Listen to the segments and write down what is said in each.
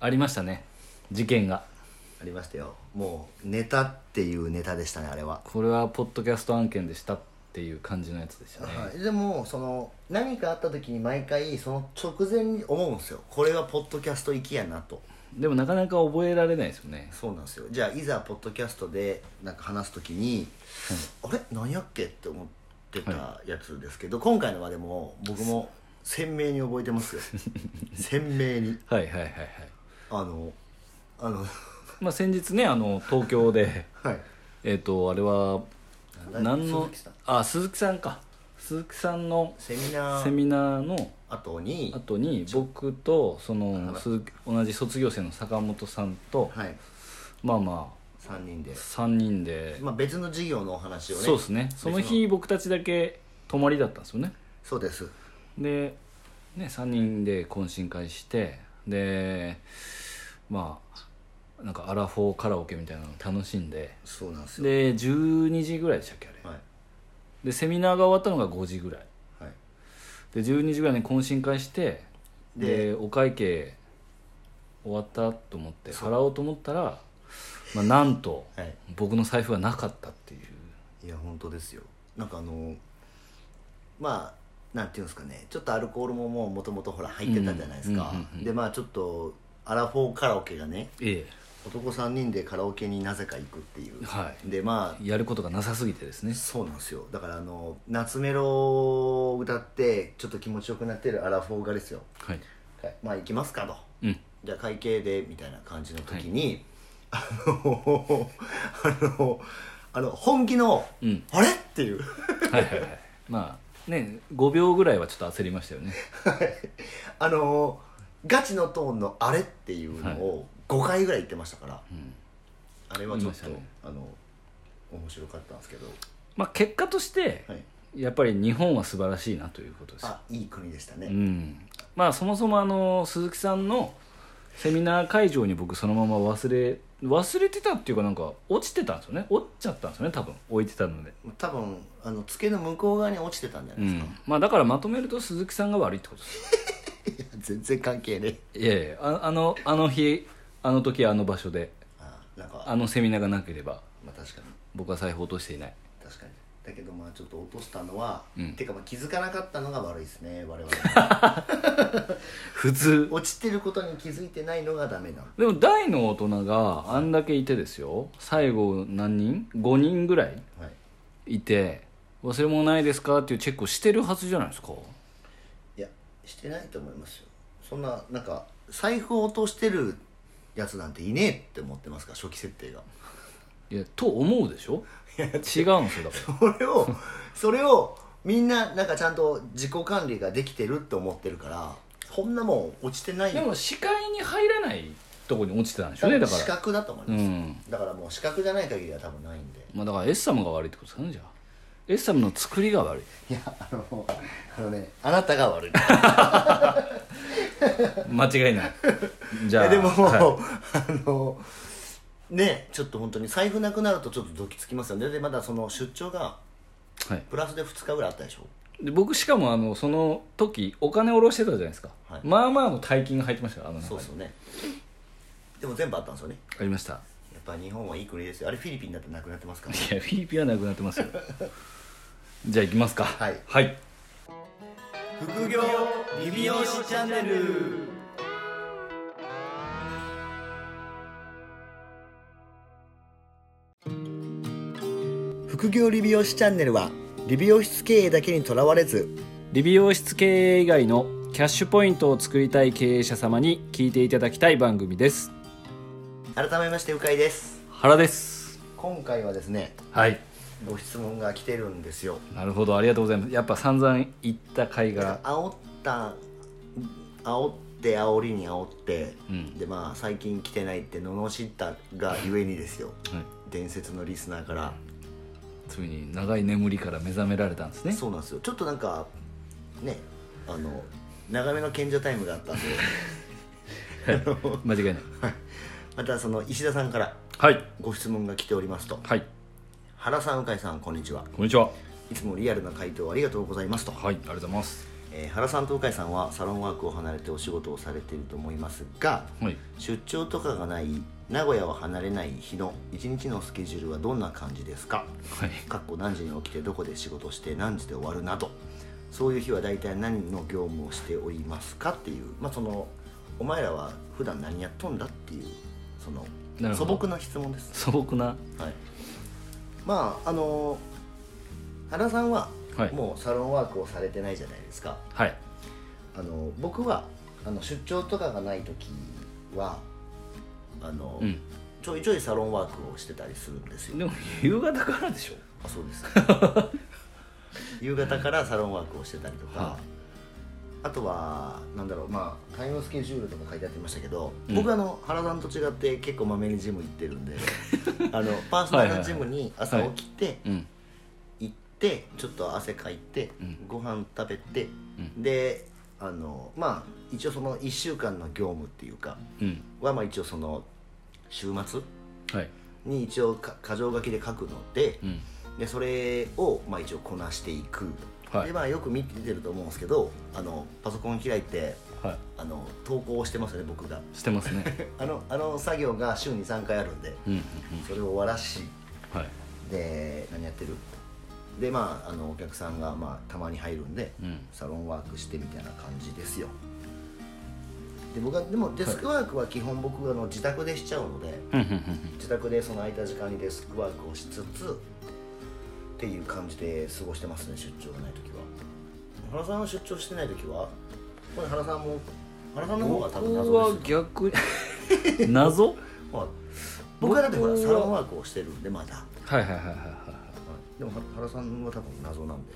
ありましたね事件がありましたよもうネタっていうネタでしたねあれは、これはポッドキャスト案件でしたっていう感じのやつでしたね、はい、でもその何かあった時に毎回その直前に思うんですよこれはポッドキャスト行きやなとでもなかなか覚えられないですよねそうなんですよじゃあいざポッドキャストでなんか話す時に、あれ何やっけって思ってたやつですけど、今回のはでも僕も鮮明に覚えてます よ鮮明にはいはいはいはいあのあのまあ先日ねあの東京で はいえっとあれはなんだ何の鈴木さんあ鈴木さんか鈴木さんのセミナセーミナーの後に後に僕とそあのら鈴木同じ卒業生の坂本さんとはいまあま3人あで、 3人でまあ、別の事業のお話をねそうですねその日僕たちだけ泊まりだったんですよねそうですで、ね、3人で懇親会してでまあなんかアラフォーカラオケみたいなの楽しんでそうなんですよで12時ぐらいでしたっけあれはいでセミナーが終わったのが5時ぐらいはいで12時ぐらいに懇親会してでお会計終わったと思って払おうと思ったら、まあ、なんとはい僕の財布がなかったっていういや本当ですよなんかあのまあなんていうんですかねちょっとアルコールももうもともとほら入ってたじゃないですか、うんうんうんうんでまあちょっとアラフォーカラオケがねえ男3人でカラオケになぜか行くっていう、はでまえやることがなさすぎてですねあそうなんですよだからあの夏メロを歌ってちょっと気持ちよくなってるアラフォーがですよ、はいはいまあ行きますかとうんじゃあ会計でみたいな感じの時に、あのあのあの本気の、うんあれっていうはいはいはいまあね5秒ぐらいはちょっと焦りましたよねはいあのガチのトーンの「あれ?」っていうのを5回ぐらい言ってましたから、んあれはちょ言いっと、ましたねあの面白かったんですけど、まあ結果としてはい、やっぱり日本は素晴らしいなということですよあいい国でしたね、うんまあそもそもあの鈴木さんのセミナー会場に僕そのまま忘れ忘れてたっていうかなんか落ちてたんですよね落ちちゃったんですよね多分置いてたので、多分あの机の向こう側に落ちてたんじゃうないですんか、まあ、だからまとめると鈴木さんが悪いってことです いや全然関係ねえいやいやああのあの日あの時あの場所であなんかあのセミナーがなければまあ確かに僕は財布を落としていない確かにだけどまあちょっと落としたのは、うんてかまあ気づかなかったのが悪いですね我々 普通落ちてることに気づいてないのがダメなのでも大の大人があんだけいてですよ最後何人 ?5 人ぐらいはいいて忘れ物ないですかっていうチェックをしてるはずじゃないですかいやしてないと思いますよそんななんか財布を落としてるやつなんていねえって思ってますから初期設定が いやと思うでしょ違うんですよだからそれをそれをみんななんかちゃんと自己管理ができてるって思ってるからこんなもん落ちてないでも視界に入らないとこに落ちてたんでしょうねだ多分か視ら覚だと思いうます、んだからもう視覚じゃない限りは多分ないんでまあだからエッサムが悪いってことですかねじゃあエッサムの作りが悪いいやあのあのねあなたが悪い間違いないじゃあえでも、はあのねちょっと本当に財布なくなるとちょっとドキつきますよねでまだその出張がいはいプラスで2日ぐらいあったでしょで僕しかもあのその時お金下ろしてたじゃないですか、はいまあまあの大金が入ってましたからあの中そうにですよねでも全部あったんですよねありましたやっぱ日本はいい国ですよあれフィリピンだってなくなってますからいやフィリピンはなくなってますよ じゃあ行きますかはいはい、副業リビオシチャンネル副業理美容師チャンネルは理美容室経営だけにとらわれず理美容室経営以外のキャッシュポイントを作りたい経営者様に聞いていただきたい番組です改めましてうかいです原です今回はですねはいご質問が来てるんですよなるほどありがとうございますやっぱ散々言った回が煽った煽って煽りに煽って、うんでまあ最近来てないって罵ったがゆえにですよはい伝説のリスナーから、ついに長い眠りから目覚められたんですねそうなんですよちょっとなんかねあの長めの賢者タイムがあったん で間違いないまたその石田さんからはいご質問が来ておりますとはい原さん鵜飼さんこんにちはこんにちははいつもリアルな回答ありがとうございますとありがとうございますえー原さんと鵜飼さんはサロンワークを離れてお仕事をされていると思いますがはい出張とかがない名古屋を離れない日の一日のスケジュールはどんな感じですかはいかっこ何時に起きてどこで仕事して何時で終わるなどそういう日は大体何の業務をしておりますかっていうまあそのお前らは普段何やっとんだっていうそのなるほ素ど朴な質問です素朴なはいまああの原さんははいもうサロンワークをされてないじゃないですか、はいあの僕はあの出張とかがない時はあの、うんちょいちょいサロンワークをしてたりするんですよでも夕方からでしょあそう です夕方からサロンワークをしてたりとか、はあとはなんだろうまあタイムスケジュールとか書いてありましたけど、うん僕あの原さんと違って結構まめにジム行って るんであのパーソナルジムに朝起きて、うん行ってちょっと汗かいて、うんご飯食べて、うであのまあ一応その1週間の業務っていうかうんはまあ一応その週末はいに一応か箇条書きで書くのでうんでそれをまあ一応こなしていく、はいでまあよく見てると思うんですけどあのパソコン開いてはあの投稿をしてますよね僕がいしてますね あのあの作業が週に3回あるんでうんうんそれを終わらしうんはいで何やってるでまああのお客さんが、まあ、たまに入るんで、うんサロンワークしてみたいな感じですよで僕はでもデスクワークは基本僕あの自宅でしちゃうので、うんうんうんうん自宅でその空いた時間にデスクワークをしつつっていう感じで過ごしてますね出張がない時は原さんは出張してない時はこれ原さんも原さんの方が多分僕謎はですよ逆 に謎僕は,、僕はだってほら僕サはロンワークをしてるんでまだ、ははいはいはいはいはいいでもは原さんは多分謎なんで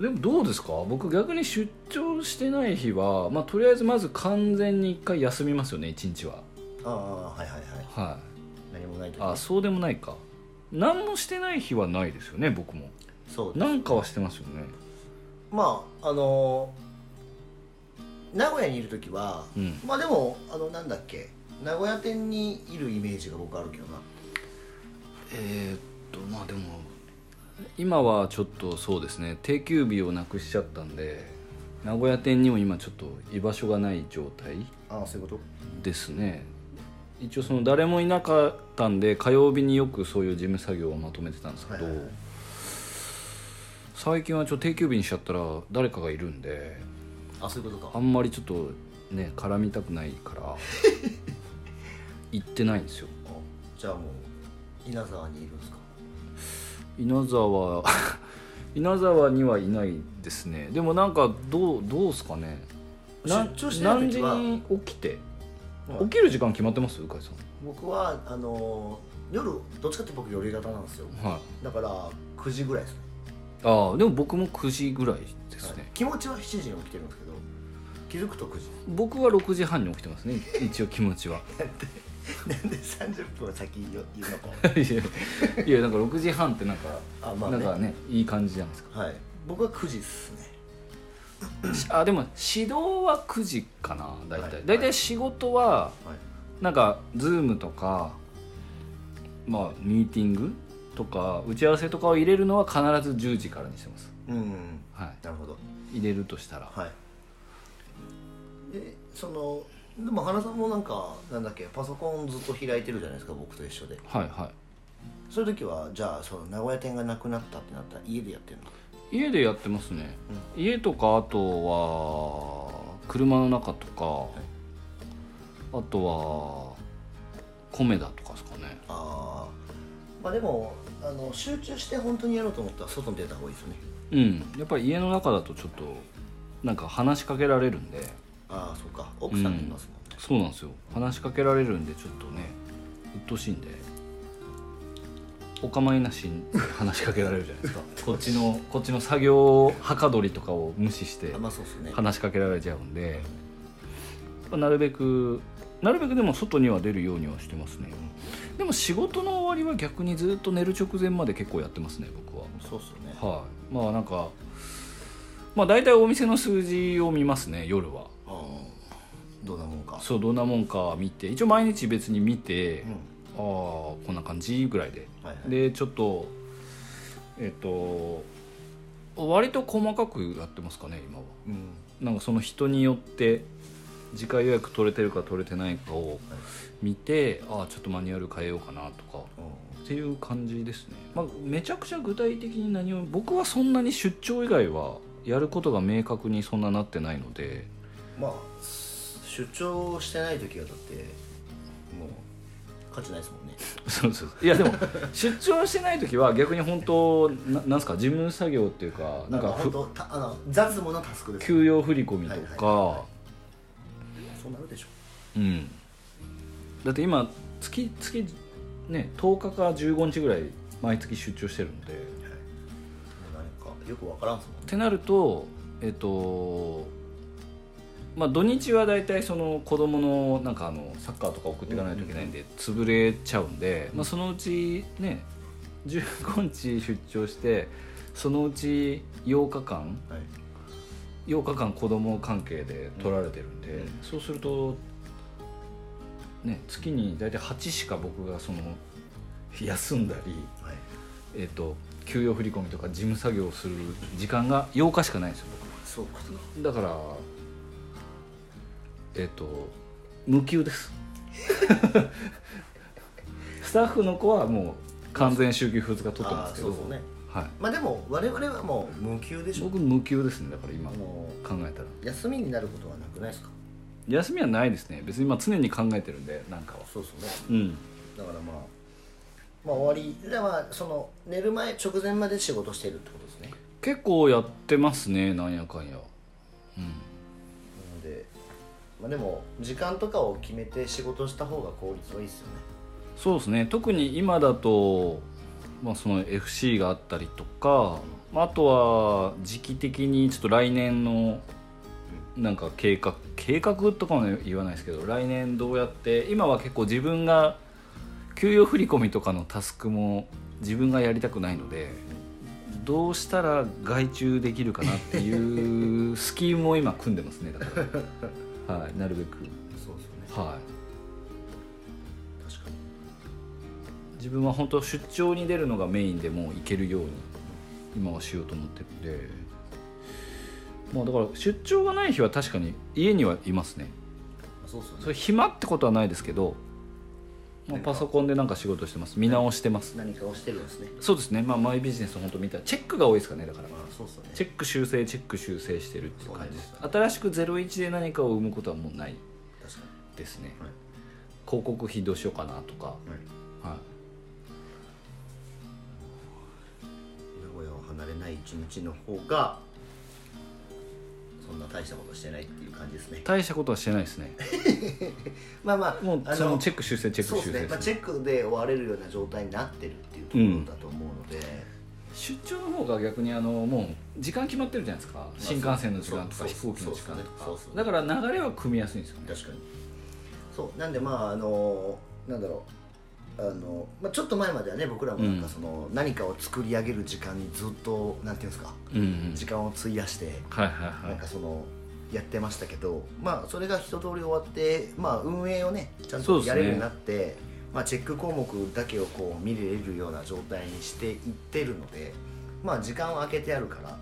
でもどうですか僕逆に出張してない日は、まあ、とりあえずまず完全に一回休みますよね一日はああはいはいはいは何もないい時あそうでもないか何もしてない日はないですよね僕もそうなんかはしてますよねまああのー名古屋にいる時は、うんまあでもあのなんだっけ名古屋店にいるイメージが僕あるけどなえーっとまあでも今はちょっとそうですね定休日をなくしちゃったんで名古屋店にも今ちょっと居場所がない状態ああそういうことですね一応その誰もいなかったんで火曜日によくそういう事務作業をまとめてたんですけど、はいはいはい最近はちょっと定休日にしちゃったら誰かがいるんであそういうことあんまりちょっとね絡みたくないから 行ってないんですよじゃあもう稲沢にいるんですか稲沢 稲沢にはいないですねでもなんかどうどうすかねな出張してない何時時はに起きてはい起きる時間決まってますうかいさ僕はあのー夜どっちかって僕夜型なんですよんはいだから9時ぐらいですねああでも僕も9時ぐらいですね、はい気持ちは7時に起きてるんですけど気づくと9時 僕は6時半に起きてますね一応気持ちは なんで30分先言う のかいやいやなんか6時半ってなんか、あまあなねんかねいい感じじゃないですかはい僕は9時っすねしあでも指導は9時かな大はい体大体仕事ははいなんか Zoom とかまあミーティングとか打ち合わせとかを入れるのは必ず10時からにしてますうんはなるほどい入れるとしたらはいでそのでも原さんもなんかなんだっけパソコンずっと開いてるじゃないですか僕と一緒ではいはそういう時はじゃあその名古屋店がなくなったってなったら家でやってるのい家でやってますね、家とかあとは車の中とか、あとは米だとかですかねああまあでもあの集中して本当にやろうと思ったら外に出た方がいいですよねうんやっぱり家の中だとちょっとなんか話しかけられるんでああそうか奥さんがいますもんね、そうなんですよ話しかけられるんでちょっとね鬱陶しいんでお構いなしに話しかけられるじゃない ですかこっちのこっちの作業はかどりとかを無視してあまあそうですね話しかけられちゃうんでまあなるべくなるべくでも外には出るようにはしてますねでも仕事の終わりは逆にずっと寝る直前まで結構やってますね僕はそうっすよねはいまあなんかまあ大体お店の数字を見ますね夜はああどんなもんかそうどんなもんか見て一応毎日別に見て、うんああこんな感じぐらいではいはいでちょっとえっ、と割と細かくやってますかね今はうんなんかその人によって次回予約取れてるか取れてないかを見て、ああちょっとマニュアル変えようかなとかっていう感じですね、まあ、めちゃくちゃ具体的に何を僕はそんなに出張以外はやることが明確にそんななってないの でまあ出張してない時はだってもう価値ないですもんねそうそうそういやでも出張してない時は逆に本当ななんすか事務作業っていうかなんか本ふ当たあの雑務のタスクです給与振り込みとか、はいはそうなるでしょうん、だって今月月ね10日から15日ぐらい毎月出張してるんでっはいもうなんかよくわからんっすもんねてなるとえっとまあ土日は大体その子供のなんかあのサッカーとか送っていかないといけないんで潰れちゃうんで、まあ、そのうちね15日出張してそのうち8日間はい8日間子供関係で取られてるんで、うんそうすると、ね、月に大体8しか僕がその休んだり、はいえっと給与振り込みとか事務作業をする時間が8日しかないんですよそうかそうか僕だからえっと無給です スタッフの子はもう完全週休2日取ってますけどあーそうそうねはい、まあでも我々はもう無給でしょ僕無給ですねだから今考もうえたら。休みになることはなくないですか休みはないですね別に今常に考えてるんでなんかはそうそうねうんだからまあまあ終わりじゃあまあその寝る前直前まで仕事してるってことですね結構やってますねなんやかんやなのでまあでも時間とかを決めて仕事した方が効率はいいですよねそうですね特に今だと、まあ、その FC があったりとかまああとは時期的にちょっと来年のなんか計画計画とかも言わないですけど来年どうやって今は結構自分が給与振り込みとかのタスクも自分がやりたくないのでどうしたら外注できるかなっていうスキームを今組んでますねだから、はい、なるべく、そうですよねはい、確かに自分は本当出張に出るのがメインでもう行けるように今はしようと思ってるんでまあだから出張がない日は確かに家にはいますねあそうっすよそねれ暇ってことはないですけど、まあ、パソコンでなんか仕事してます見直してます何かをしてるんですねそうですねまあマイビジネス本当見たチェックが多いですかねだからまあそうっすよねチェック修正チェック修正してるっていう感じですそうなん新しく01で何かを生むことはもうない確かですねにはい広告費どうしようかなとか、はいは名古屋を離れない一日の方がそんな大したことしてないっていう感じですねい、大したことはしてないですねまあまあもうそのチェッック修正チェックそう修正ですね、まあ、チェックで終われるような状態になってるっていうところだと思うので、出張の方が逆にあのもう時間決まってるじゃないですか新幹線の時間とそかう飛行機の時間とそうそうそうそうかそうだから流れは組みやすいんですよね確かにそうなんでまああのなんだろうあの、まあ、ちょっと前まではね僕らもなんうかんその、何かを作り上げる時間にずっとなんていうんですか、うんうん時間を費やしてはいはいなんはかそのやってましたけど、まあ、それが一通り終わって、まあ、運営をねちゃんそうとですねやれるようになって、まあ、チェック項目だけをこう見れるような状態にしていってるので、まあ、時間を空けてあるから、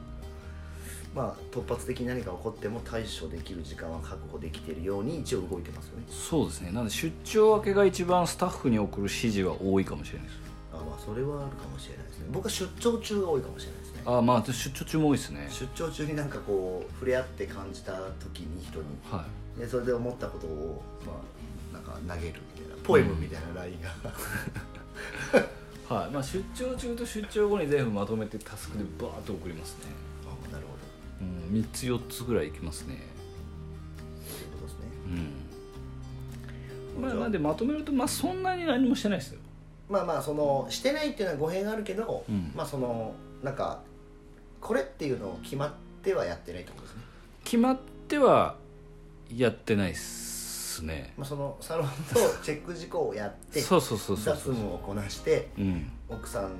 まあ、突発的に何か起こっても対処できる時間は確保できてるように一応動いてますよねいそうですねなので出張明けが一番スタッフに送る指示は多いかもしれないですあまあそれはあるかもしれないですね僕は出張中が多いかもしれないですねああまあ出張中も多いですね出張中になんかこう触れ合って感じた時に人にはでそれで思ったことを、まあ、なんか投げるみたいなポエムみたいなラインが、い、はいまあ、出張中と出張後に全部まとめてタスクでバーッと送りますね、あなるほどうん、3つ4つぐらいいきますねそういうことですねうんまあなんでまとめるとまあそんなに何もしてないですよまあまあそのしてないっていうのは語弊があるけど、うんまあそのなんかこれっていうのを決まってはやってないってことですね、決まってはやってないっすねまあ、そのサロンとチェック事項をやってそうそうそうそう雑そう務をこなしてうん奥さん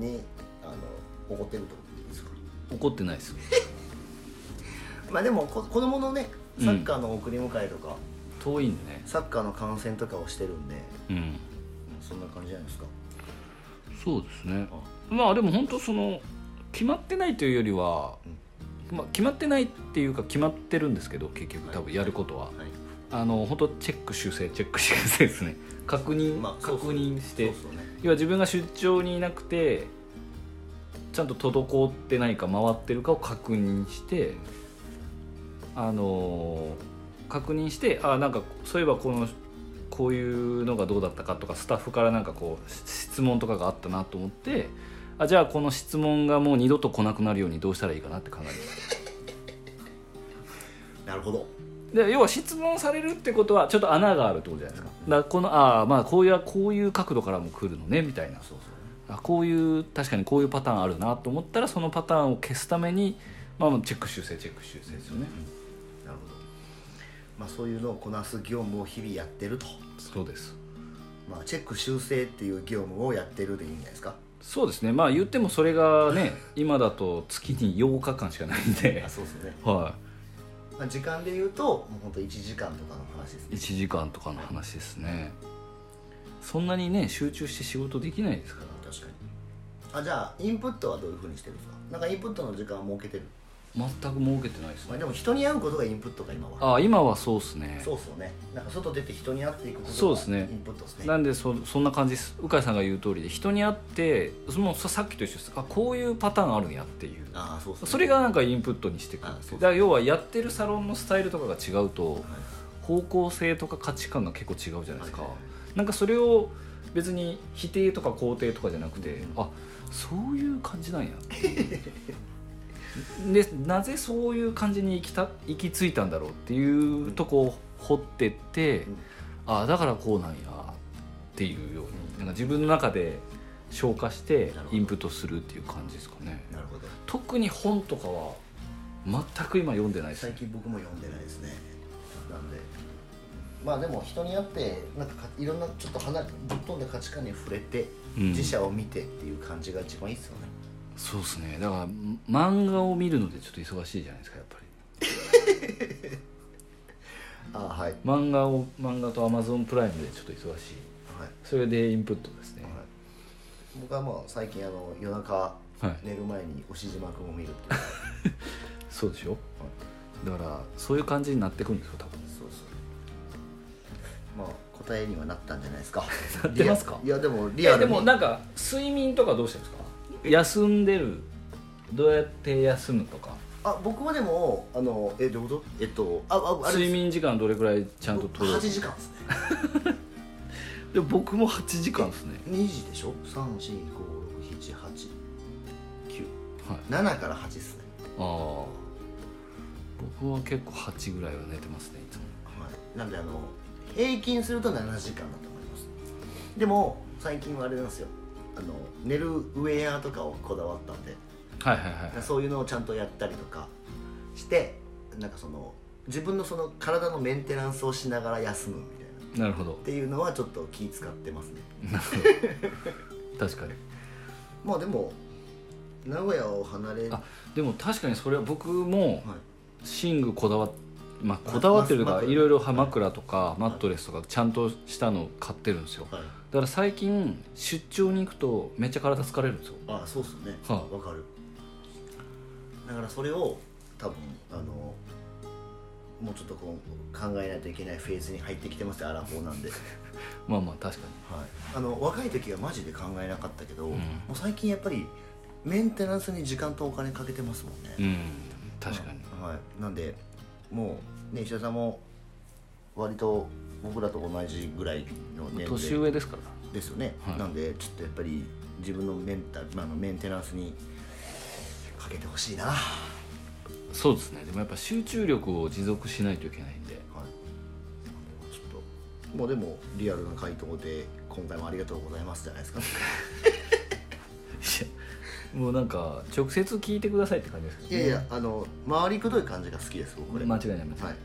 にあの怒ってるってことですか怒ってないっすまあでもこ子供のねサッカーの送り迎えとか、遠いんでねサッカーの観戦とかをしてるんでうんそんな感じじゃないですかそうですねあまあでも本当その決まってないというよりは、まあ、決まってないっていうか決まってるんですけど結局多分やることは、はいあの本当チェック修正チェック修正ですね確認、まあそうそう確認してそうそうね要は自分が出張にいなくてちゃんと滞ってないか回ってるかを確認してあのー確認してあなんかそういえばこのこういうのがどうだったかとかスタッフからなんかこうし質問とかがあったなと思ってあじゃあこの質問がもう二度と来なくなるようにどうしたらいいかなって考えるなるほどで要は質問されるってことはちょっと穴があるってことじゃないですかだからこのああまあこういうこういう角度からも来るのねみたいなそうそうねあこういう確かにこういうパターンあるなと思ったらそのパターンを消すために、まあ、チェック修正チェック修正ですよね、なるほどまあそういうのをこなす業務を日々やってるとそうですまあチェック修正っていう業務をやってるでいいんじゃないですかそうですねまあ言ってもそれがね今だと月に8日間しかないんで、そうですね、はまあ、時間で言うともうほんと1時間とかの話ですい、ね1時間とかの話ですねそんなにね集中して仕事できないですから確かにあじゃあインプットはどういうふうにしてるんですかなんかインプットの時間は設けてる、全く儲けてないですまあ、ねでも人に会うことがインプットか今はああ今はそうですねそうっすよねなんか外出て人に会っていくことがそうですねインプットですねなんでそそんな感じです鵜飼さんが言う通りで人に会ってもうささっきと一緒ですあこういうパターンあるんやっていうああそうっすねそれがなんかインプットにしてくるんですよだから要はやってるサロンのスタイルとかが違うとはい方向性とか価値観が結構違うじゃないですか、はいなんかそれを別に否定とか肯定とかじゃなくて、うんあそういう感じなんや でなぜそういう感じに行きた行き着いたんだろうっていうとこを掘ってって、うんあだからこうなんやっていうようになんか自分の中で消化してなるほどインプットするっていう感じですかね。なるほど特に本とかは全く今読んでないです最ね近僕も読んでないですねなんでまあでも人に会ってなんかかいろんなちょっと離れぶっ飛んだ価値観に触れて、うん自社を見てっていう感じが一番いいですよねそうですねだからん漫画を見るのでちょっと忙しいじゃないですかやっぱりああはい漫画を漫画とアマゾンプライムでちょっと忙しいはいそれでインプットですね、はい、僕はまあ最近あの夜中、はい寝る前に牛島君を見るっていう そうでしょだからそういう感じになってくるんですよ多分そうそうまあ答えにはなったんじゃないですか なってますかリアいやでもリアルにんか睡眠とかどうしてるんですか休んでるどうやって休むとかあ僕はでもあのえどういうことえっとあああれ睡眠時間どれくらいちゃんと取れ8る時間ですねで僕も8時間ですね2時でしょ3456789はいから8ですねああ僕は結構8ぐらいは寝てますねいつもはいなんであの平均すると7時間だと思いますでも最近はあれなんですよあの寝るウェアとかをこだわったんではいはいはいそういうのをちゃんとやったりとかしてなんかその自分のその体のメンテナンスをしながら休むみたいななるほどっていうのはちょっと気使ってますねなるほど確かにまあでも名古屋を離れあでも確かにそれは僕もはい寝具こだわっまあ、こだわってるとマかスマットレスいろいろは枕とかマットレスとかちゃんとしたのを買ってるんですよだはい、から最近出張に行くとめっちゃ体疲れるんですよあそうっすねはわ、いかるだからそれを多分あのもうちょっとこう考えないといけないフェーズに入ってきてますよアラフォ ーなんで、はい、まあまあ確かあの若い時はマジで考えなかったけど、んもう最近やっぱりメンテナンスに時間とお金かけてますもんね、にうん確かに、うんはい、なんでもうね石田さんも割と僕らと同じぐらいの年齢年上ですからですよね、はいなんでちょっとやっぱり自分のメンタル、まあ、あのメンテナンスにかけてほしいな、はそうですねでもやっぱ集中力を持続しないといけないんでい、ちょっともうでもリアルな回答で今回もありがとうございますじゃな いですかいやもうなんか直接聞いてくださいって感じですけどいやいやあの回りくどい感じが好きです僕これ間違いない間違いないはい、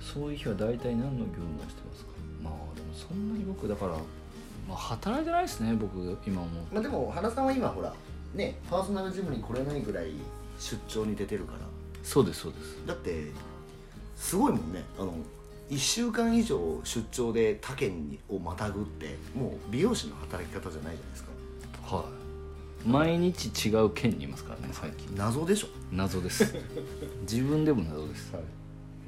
そういう日は大体何の業務をしてますかまあでもそんなに僕だから、まあ、働いてないですね僕今もまあ、でも原さんは今ほらねパーソナルジムに来れないぐらい出張に出てるからそうですそうですだってすごいもんねあの1週間以上出張で他県にをまたぐってもう美容師の働き方じゃないじゃないですかは毎日違う県にいますからね最近謎でしょ謎です 自分でも謎ですはい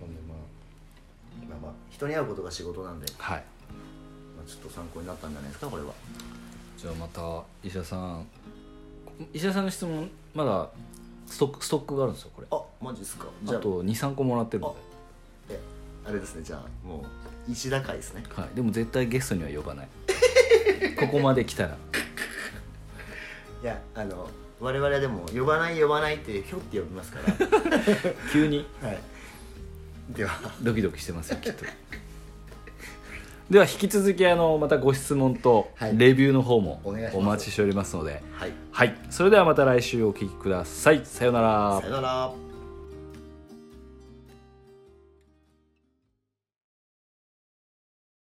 なんでまあまあまあ人に会うことが仕事なんで、はいまあ、ちょっと参考になったんじゃないですかこれはじゃあまた石田さん石田さんの質問まだストックストックがあるんですよこれあマジですかあと23個もらってるんで、えあれですねじゃあもう石田会ですねはい、でも絶対ゲストには呼ばないここまで来たらいやあの我々はでも呼ばない呼ばないってひょって呼びますから 急に はいではドキドキしてますよきっと では引き続きあのまたご質問とはいレビューの方もお願いしますお待ちしておりますので、はいはい、それではまた来週お聞きくださいさようならさよなら